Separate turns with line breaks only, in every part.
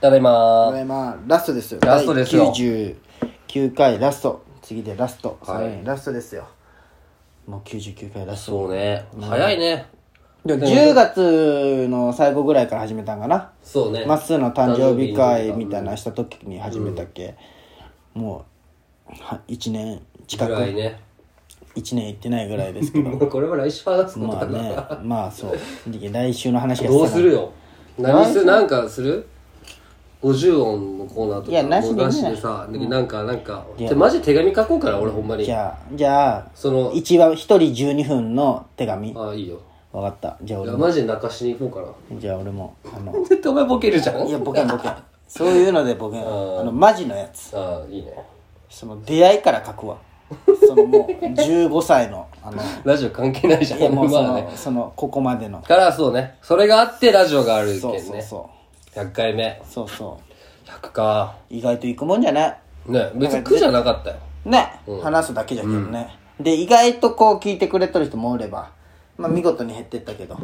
ただい
た
ま
だ
ー
いまラストですよ
ラストですよ
第99回ラスト次でラスト、
はい
最後にラストですよもう99回ラスト
そうね早いね
で
も
10月の最後ぐらいから始めたんかな
そうね
まっすーの誕生日会みたいなした時に始めたっけ、もうは1年近く
ぐらいね
1年行ってないぐらいですけど
もうこれは来週話すこと
ま
か
あ
な、
ねまあそう来週の話が
どうする
よ
よ何するなんかする50音のコーナーとか
いやなしでいいんじゃ
もう
ない
しでさ、なんかなんか
いや
じゃあマジ手紙書こうから俺ほんまに
じゃあじゃあ
その
一番一人12分の手紙わ
ああいいよ
かったじゃあ
い
俺
や
も
マジで泣かしに行 こうか
じゃあ俺もあの
な絶対お前ボケるじゃん
いやボケんボケんそういうのでボケんあのマジのやつ
ああいいね
その出会いから書くわそのもう15歳のあの
ラジオ関係 ないじゃん
いやもうそ
まあ
の,、
ね
そのここまでの
からそうねそれがあってラジオがあるけん
そう
ね
そうそ
100回目
うそうそ
100か
う意外といくもんじゃない
ね別に苦じゃなかったよ
ね、話すだけじゃけどね、で意外とこう聞いてくれとる人もおればまあ見事に減ってったけど
ま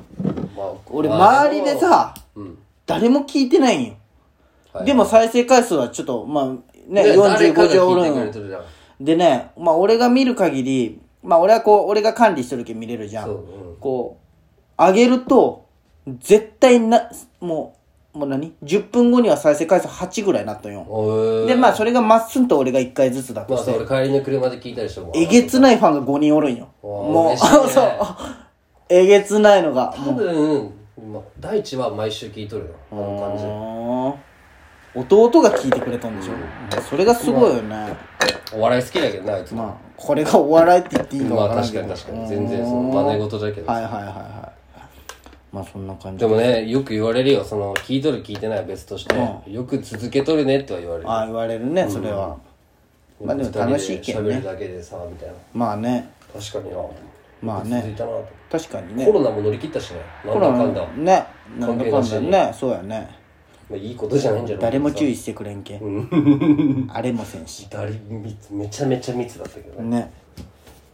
あ
俺周りでさ
うん
誰も聞いてないんよ、
はい
でも再生回数はちょっとまあね
ね誰か
45
が
兆お
聞い
る
て
ん
くれ
よ
てるじゃん
でねまあ俺が見る限りまあ俺はこう俺が管理してるけん見れるじゃ
そうんうん
こう上げると絶対なもうもう何10分後には再生回数8ぐらいなったんよ
おー
でまあそれがまっすんと俺が1回ずつだ
ま
と
あ
して
そう俺帰りの車で聞いたりしても
えげつないファンが5人おるんよ。
わあ
もう、
嬉しいね
そう。えげつないのが。
多分まあ大地は毎週聞いとるよあの感じ
うーん弟が聞いてくれたんでしょ、それがすごいよね。
お笑い好きだけどなあいつも
まあ、これがお笑いって言っていい
ま
のか
あ
分からん
確
け
か
ど。
に確かに全然その真似事だけど
はいはいはいはい。まあそんな感じ。
でもねよく言われるよその聞いとる聞いてないは別としてよく続けとるねっては言われる
ああ、言われるね、それは。まあでも楽しいけど
喋る
ね。
だけでさみたいな
まあね、
確かにな
まあ
続い
ね、
たなと
確かに
コ
ね。
ロナも乗り切ったしねなん
コ
だ
ロ
か
ナ
んだ
の
ま
ね、なんだか
関係
んだ
な
ね、そうやね。
あいいことじゃないんじゃない
誰も注意してくれんけ。 あれもせんし。
誰密めちゃめちゃ密だったけどね
ね。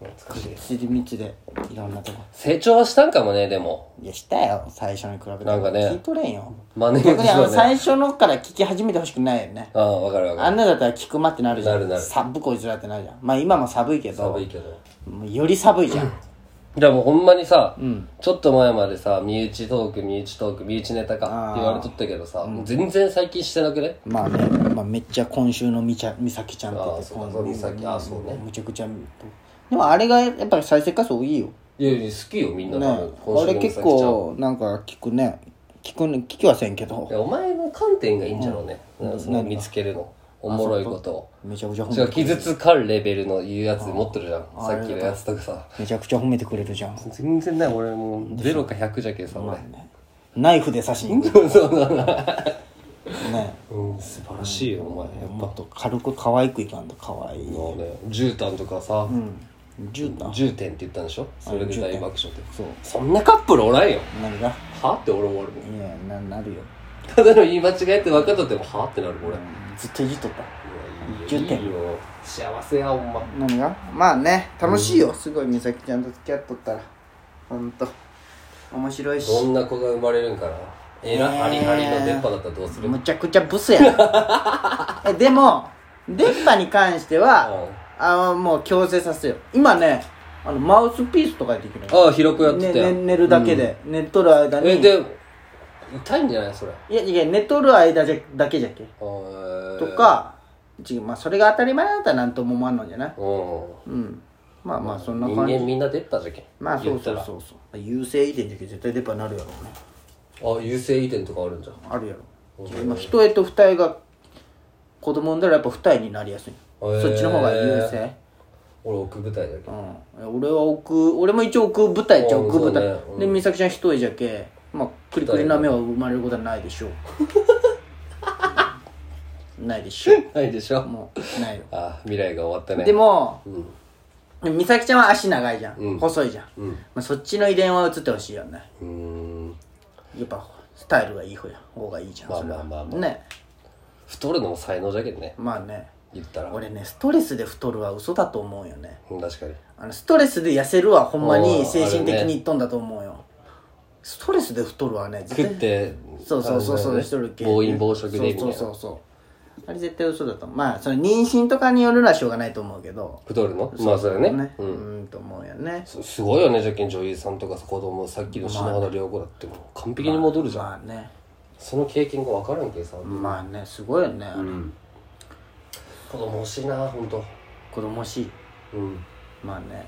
懐かしい
ちりみちでいろんなとこ
成長はしたんかもねでも
いやしたよ最初に比べて
なんかね
聞いとれん よ
真似
逆にあの
事だね
最初のから聞き始めてほしくないよね
ああ分かる分か
あ
る
んなだったら聞くまってなるじゃん
なるなる
寒こいつらってなるじゃんまあ今も寒いけど
寒いけど
もうより寒いじゃん
じゃあもうほんまにさ、ちょっと前までさ身内トーク身内トーク身内ネタかって言われとったけどさ、全然最近してなくね
まあね、まあ、めっちゃ今週のみちゃみさきちゃんって
あ
言
あ
って
そう
今
か
度
そう美咲ああそうね
むちゃくちゃでもあれがやっぱり再生回数多いよ
いやいや好きよみんな
ね
多分、
あれ
美咲
結
ちゃん
構なんか聞くね聞くね聞きはせんけど
いやお前の観点がいいんじゃろうね、なんかその見つけるのおもろいことを
めちゃくちゃ褒め
違う傷つかるレベルの言うやつ持ってるじゃんさっきのやつとかさ
めちゃくちゃ褒めてくれるじゃん
全然ない俺もう0か100じゃけさ俺
ナイフで刺しに行く
そうそうそう
ね
うん素晴らしいよお前やっ
もっと軽く可愛くいかんと可愛い
ぱね絨毯とかさ
絨毯
10点って言ったんでしょそれで大爆笑って
そう
そんなカップルおらんよ
何が
はって俺思われる
いやななるよ
ただの言い間違えって分かっとってもはってなる俺
ずっといじっとった
いや
10点
いいよ幸せやほんま
何がまあね楽しいよ、すごい美咲ちゃんと付き合っとったらほんと面白いし
どんな子が生まれるんかなえらハリハリの出っ歯だったらどうする
むちゃくちゃブスや えでも電波に関しては、あもう強制させよう今ねあのマウスピースとかできるの
ああ広くやってたよ、
ねね寝るだけで、寝とる間に
えで痛いんじゃないそれ
いやいや寝とる間じゃだけじゃっけと
と
か、違うまあそれが当たり前だったらなんとも思わんのじゃない
うん
うんまあまあそんな
人
感じ
間みんな出っ歯じゃけん
まあそうそ
言
う
っ
そうそう優勢遺伝じゃけ絶対出っ歯なるやろうね
たらあ優性遺伝とかあるんじゃんへ
あるやろ今一重と二重が子供産んだらやっぱ二重になりやすい
ー
そっちの方が優勢
俺奥舞台だけ
うん俺は奥俺も一応奥舞台っちゃ奥舞台、
うんそうねうん
で美咲ちゃん一重じゃけまあクリクリな目は生まれることはないでしょう ないでしょ
どないでしょ
もうないよ
あ未来が終わったね
でも
うん
美咲ちゃんは足長いじゃん、
うん
細いじゃん、
うん
まあ、そっちの遺伝は移ってほしいよね
うーん
やっぱスタイルがいい方や方がいいじゃん
まあ
それは
まあまあまあ
ね
太るのも才能じゃけんね
まあね
言ったら
俺ねストレスで太るは嘘だと思うよね
うん確かに
あのストレスで痩せるはほんま
お
に
ー
精神的
あるね
にいっとんだと思うよ、ストレスで太るわね絶
食
対
って
そうそうそうそう
あれだよね
一人系
暴飲暴食でみたい
そう
な
そうそうそうあれ絶対嘘だと思うまあその妊娠とかによるのはしょうがないと思うけど
太るのまあそれね
ねう
うん
ん、と思うよね
すすごいよねじゃけん女優さんとかさ子供さっきの篠原涼子だってもう完璧に戻るじゃん、
まあね
その経験が分からんけんさ、
まあねすごいよね、
うん子供欲しいな本当
子供欲しい
うん
まあね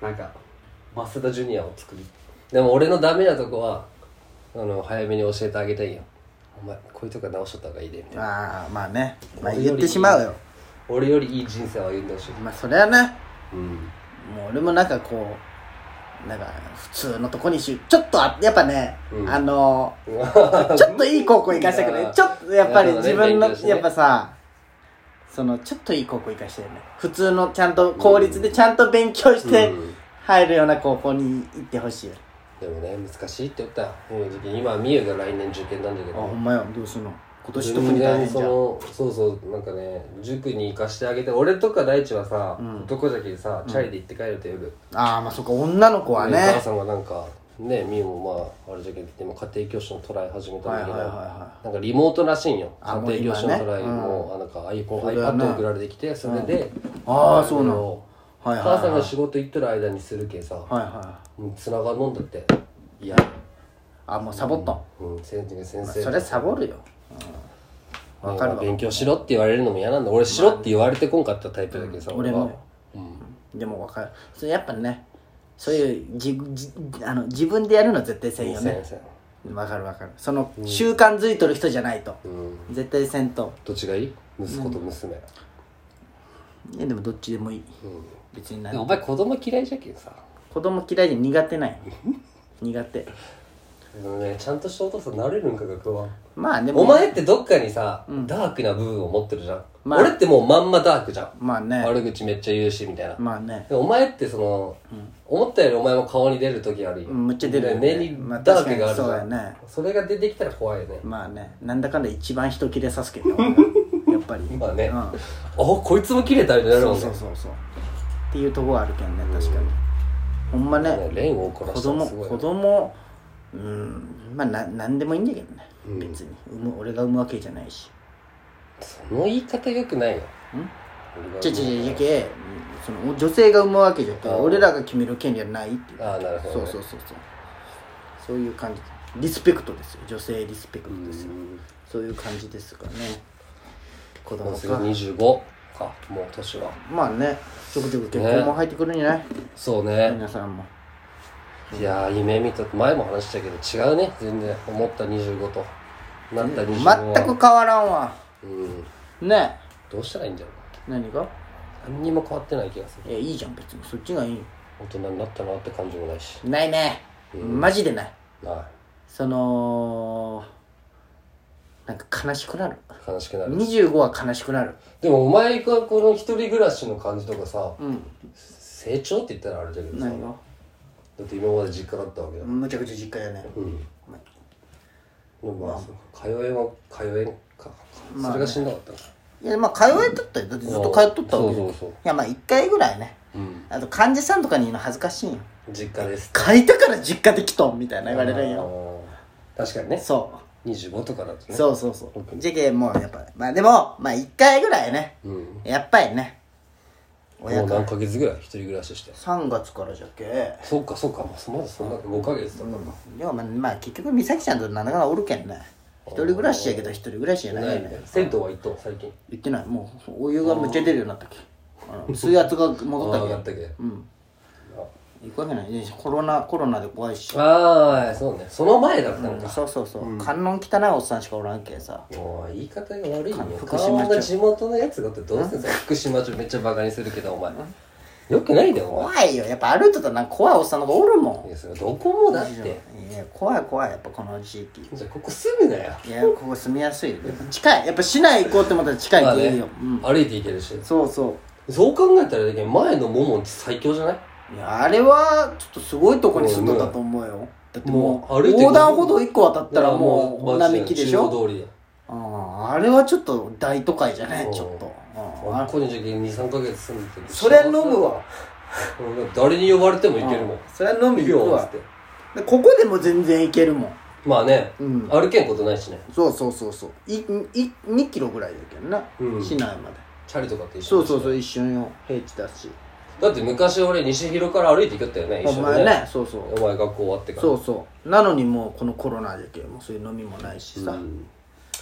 なんか増田ジュニアを作るでも俺のダメなとこはあの早めに教えてあげたいよお前こういうとこは直しとった方がいいでみたいな
まあまあね、まあ、
俺よ
言
り
ってしまうよ
俺よりいい人生を歩んでほしい
まあそれはね
うん
もう俺もなんかこうなんか普通のとこにしちょっとあやっぱね、
うん
あのちょっといい高校行かしたく
う
ね
ん
ちょっとやっぱり
なるほど
自
ね
分の、
勉強してね
やっぱさそのちょっといい高校行かしてるね普通のちゃんと公立でちゃんと勉強して
うん
入るような高校に行ってほしいよ、
でもね難しいって言ったよもうじき今みゆが来年受験なんだけ
あ
ど
ほんまやどうすんの今年特
全
に大
然
変じ
そ
ゃん
のそうそうなんかね塾に行かしてあげて俺とか大地はさ、男じゃけんさチャリで行って帰ると夜、
ああまあそっか女の子はね
お母さんがなんかねみゆもまああれじゃけど今家庭教師のトライ始めたんだけど、
はいはいはいは
なんかリモートらしいんよ
あ
家庭教師のトライ
もう今ね
も、あなんか iPhone、
れはね
iPad 送られてきてそれで、
ああそうなの
の
はいはい
母さん
は
が仕事行ってる間にするけさ、
いはいは
もうつながるもんだっていや、
いあもうサボったん、
うん、先生先生
それサボるよ
わかるわ勉強しろって言われるのも嫌なんだ俺しろって言われてこんかったタイプだけどさ、
俺
は
も、でも分かるそれやっぱねそういうじじあの自分でやるのは絶対せんよね
先生
分かる分かるその習慣づいとる人じゃないと、
うん
絶対せんと
どっちがいい息子と娘、
いやでもどっちでもいい
うん
別にな
でお前子供嫌いじゃけんさ
子供嫌いで苦手ない苦手
でもねちゃんとしたお父さんなれるんかが不安
まあでも
お前ってどっかにさ、ダークな部分を持ってるじゃん、
まあ
俺ってもうまんまダークじゃん、
まあね
悪口めっちゃ言うしみたいな、
まあね
でお前ってその、思ったよりお前も顔に出る時あるよ、
うんむっちゃ出るよね
ね目に
まあ
ダークがあるじゃん、
確かにそうだよね
それが出てきたら怖いよね
まあねなんだかんだ一番人切れさす けどやっぱり
まあね、
うん
あこいつも切れたみたいになる
そ
もん
う
ね
そうそうそうっていうとこはあるけんね確かにほんまね
ねレンを怒ら
子
せたら
供
すごいね
子供うんまあな何でもいいんだけどね、
うん
別に産む俺が産むわけじゃないし
その言い方よくないよ
ちょちょちょけその女性が産むわけじゃけ
ああ
俺らが決める権利はないっていう
ああなるほど、
そう
ね、
そううそうそうそういう感じリスペクトですよ女性リスペクトですよ、
ん
そういう感じですからね子
も
供
うすぐ
か
25かもう年は
まあねちょくちょく結婚も入ってくるんじゃない、
そうね、
皆さんも
いやー夢見た前も話したけど違うね全然思った25となった25は
全く変わらんわ
うん
ね
どうしたらいいんだろ
何が
う何にも変わってない気がする
いやいいじゃん別にそっちがいい
大人になったなって感じもないし
ないね、マジでない
な
そのなんか悲しくなる
い悲しくなる
25は悲しくなる
でもお前がこの一人暮らしの感じとかさ、
うん
成長って言ったらあれだけどさ
何が
だって今まで実家だったわけだ
むちゃくちゃ実家やね
うんでもまあそう通えは通えんかそれがしんどかったない
やまあ通えとったよだってずっと通っとったわけ
そうそ
で
うそう
いやまあ1回ぐらいね
うん
あと患者さんとかに言うの恥ずかしいんよ
実家です
書いたから実家できとんみたいな言われるんよ
あー確かにね
そ
25とかだと
う
ね
そうそうそ
僕
う
ね
じゃけもうやっぱまあでもまあ1回ぐらいね
うん
やっぱりね
も
親
う
から
何ヶ月ぐらい一人暮らしして
3月からじゃけ
そっかそっかまあまだそんな5ヶ月とかか
でもまあ、まあ、結局美咲ちゃんとなんだかんだおるけんね一人暮らしやけど一人暮らしじゃない
ない
よ
みたい
ね
な銭湯は行ったの最近
言ってないもうお湯がむっちゃ出るようになったっけあの水圧が戻
上が
った
っ
っけ
たけ
うん行くわけないねコロナコロナで怖いし
ああそうねその前だったのか
そうそうそう、観音汚いおっさんしかおらんけさ
もう言い方が悪いよ
福島
顔
町
が地元のやつだってどうせさ福島町めっちゃバカにするけどお前よくないだよお前
怖いよやっぱ歩いてたらなんか怖いおっさんの方がおるも
いやそれどこもだっ
ん
て
いや怖い怖いやっぱこの地域
じゃあここ住むなよ
いやここ住みやすいよ近いやっぱ市内行こうって思ったら近い
まあ
って
ね
いいよ、うん、
歩いて行けるし
そうそう
そう考えたらだけど前のモモンって最強じゃない
いやあれはちょっとすごいとこに住んどったと思うよだってもう
もう歩いて
横断歩道1個渡ったらもう
いや
女道でし
中
ょ
央通りで
うんあれはちょっと大都会じゃね
うん
ちょっとうん
あ
あ
っこにじゃ23ヶ月住んでて
そりゃ飲むわ
うん誰に呼ばれても行けるもん
そりゃ飲
行く
み行く
よっつ
わ
って
でここでも全然いけるもん
まあね、
うん
歩けんことないしね
そうそうそうそういい2キロぐらいだけどな、
うん
市内まで
チャリとかって一緒
そ
に
うそうそう一瞬よ平地だし
だって昔俺西広から歩いて行きよったよね一
お
緒
前
に
ねそうそう
お前学校終わってから
そうそうなのにもうこのコロナだけもうそういう飲みもないしさ、
うん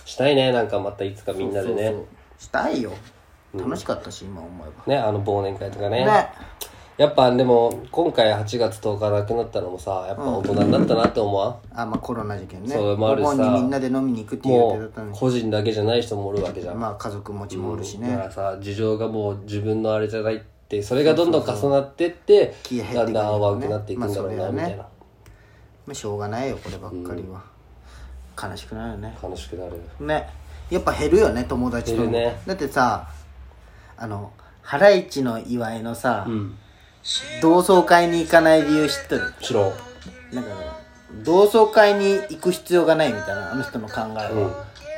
したいねなんかまたいつかみんなでね
そうそうそうしたいよ楽しかったし、今思えば
ねあの忘年会とかね
ね
やっぱでも今回8月10日亡くなったのもさやっぱ大人になったなって思わん、
あまあコロナ事件ね
そうもあるしさ
お盆にみんなで飲みに行くっていう予定
も
だったの
う
に
個人だけじゃない人もおるわけじゃん、
まあ家族持ちもおるし
だか
ね、
らさ事情がもう自分のあれじゃないってそれがどんどん重なってって
気が減
だ
って
ん
くるよね
だん淡くなっていくんだろう
まあ
な
そ
み
れは
た
ね
いな
まあ、しょうがないよこればっかりは、悲しくなるよね
悲しくなる
ねやっぱ減るよね友達と
減るね
だってさあのハライチの祝いのさ、
うん
同窓会に行かない理由知ってる
知らん
なんか同窓会に行く必要がないみたいなあの人の考えは、
うん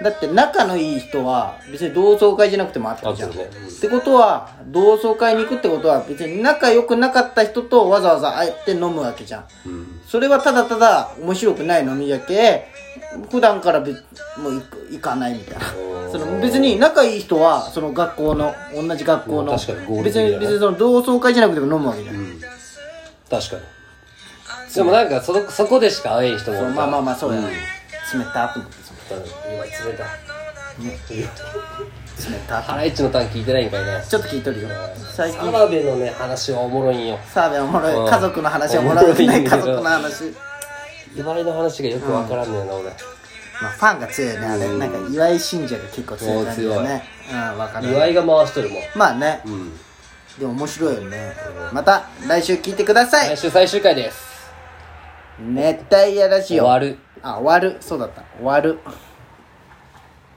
だって仲のいい人は別に同窓会じゃなくてもあったじゃん、
あったよねうん
ってことは同窓会に行くってことは別に仲良くなかった人とわざわざ会って飲むわけじゃん
うん
それはただただ面白くない飲みだけ普段から別もう行く行かないみたい
お
な
ー
その別に仲いい人はその学校の同じ学校
まあ
の
確かに合理的
別
だね
に別にその同窓会じゃなくても飲むわけじゃん、
確かにでもなんかそのそこでしか会えん人もお
そ
る
う
か
ま
ら
あまあまあそうや
ん
ね、冷たと思って
うん今冷たい
その冷たと
ハライチのターン聞いてないんかいね
ちょっと聞いとるよ最近
澤部のね話はおもろいんよ
澤部おもろ
うん
い家族の話はもらう
おもろい
ね
ん
家
だけど
族の話
祝いの話がよくわからんねんな俺
まあファンが強いよねあれなんか岩井信者が結構強い感じだねうんわかる
祝いが回しとるもん
まあね
うん
でも面白いよねまた来週聞いてくださ
来
い
週最終回です
熱帯夜ラジ
終
オ
わる
あ終わるそうだった終わる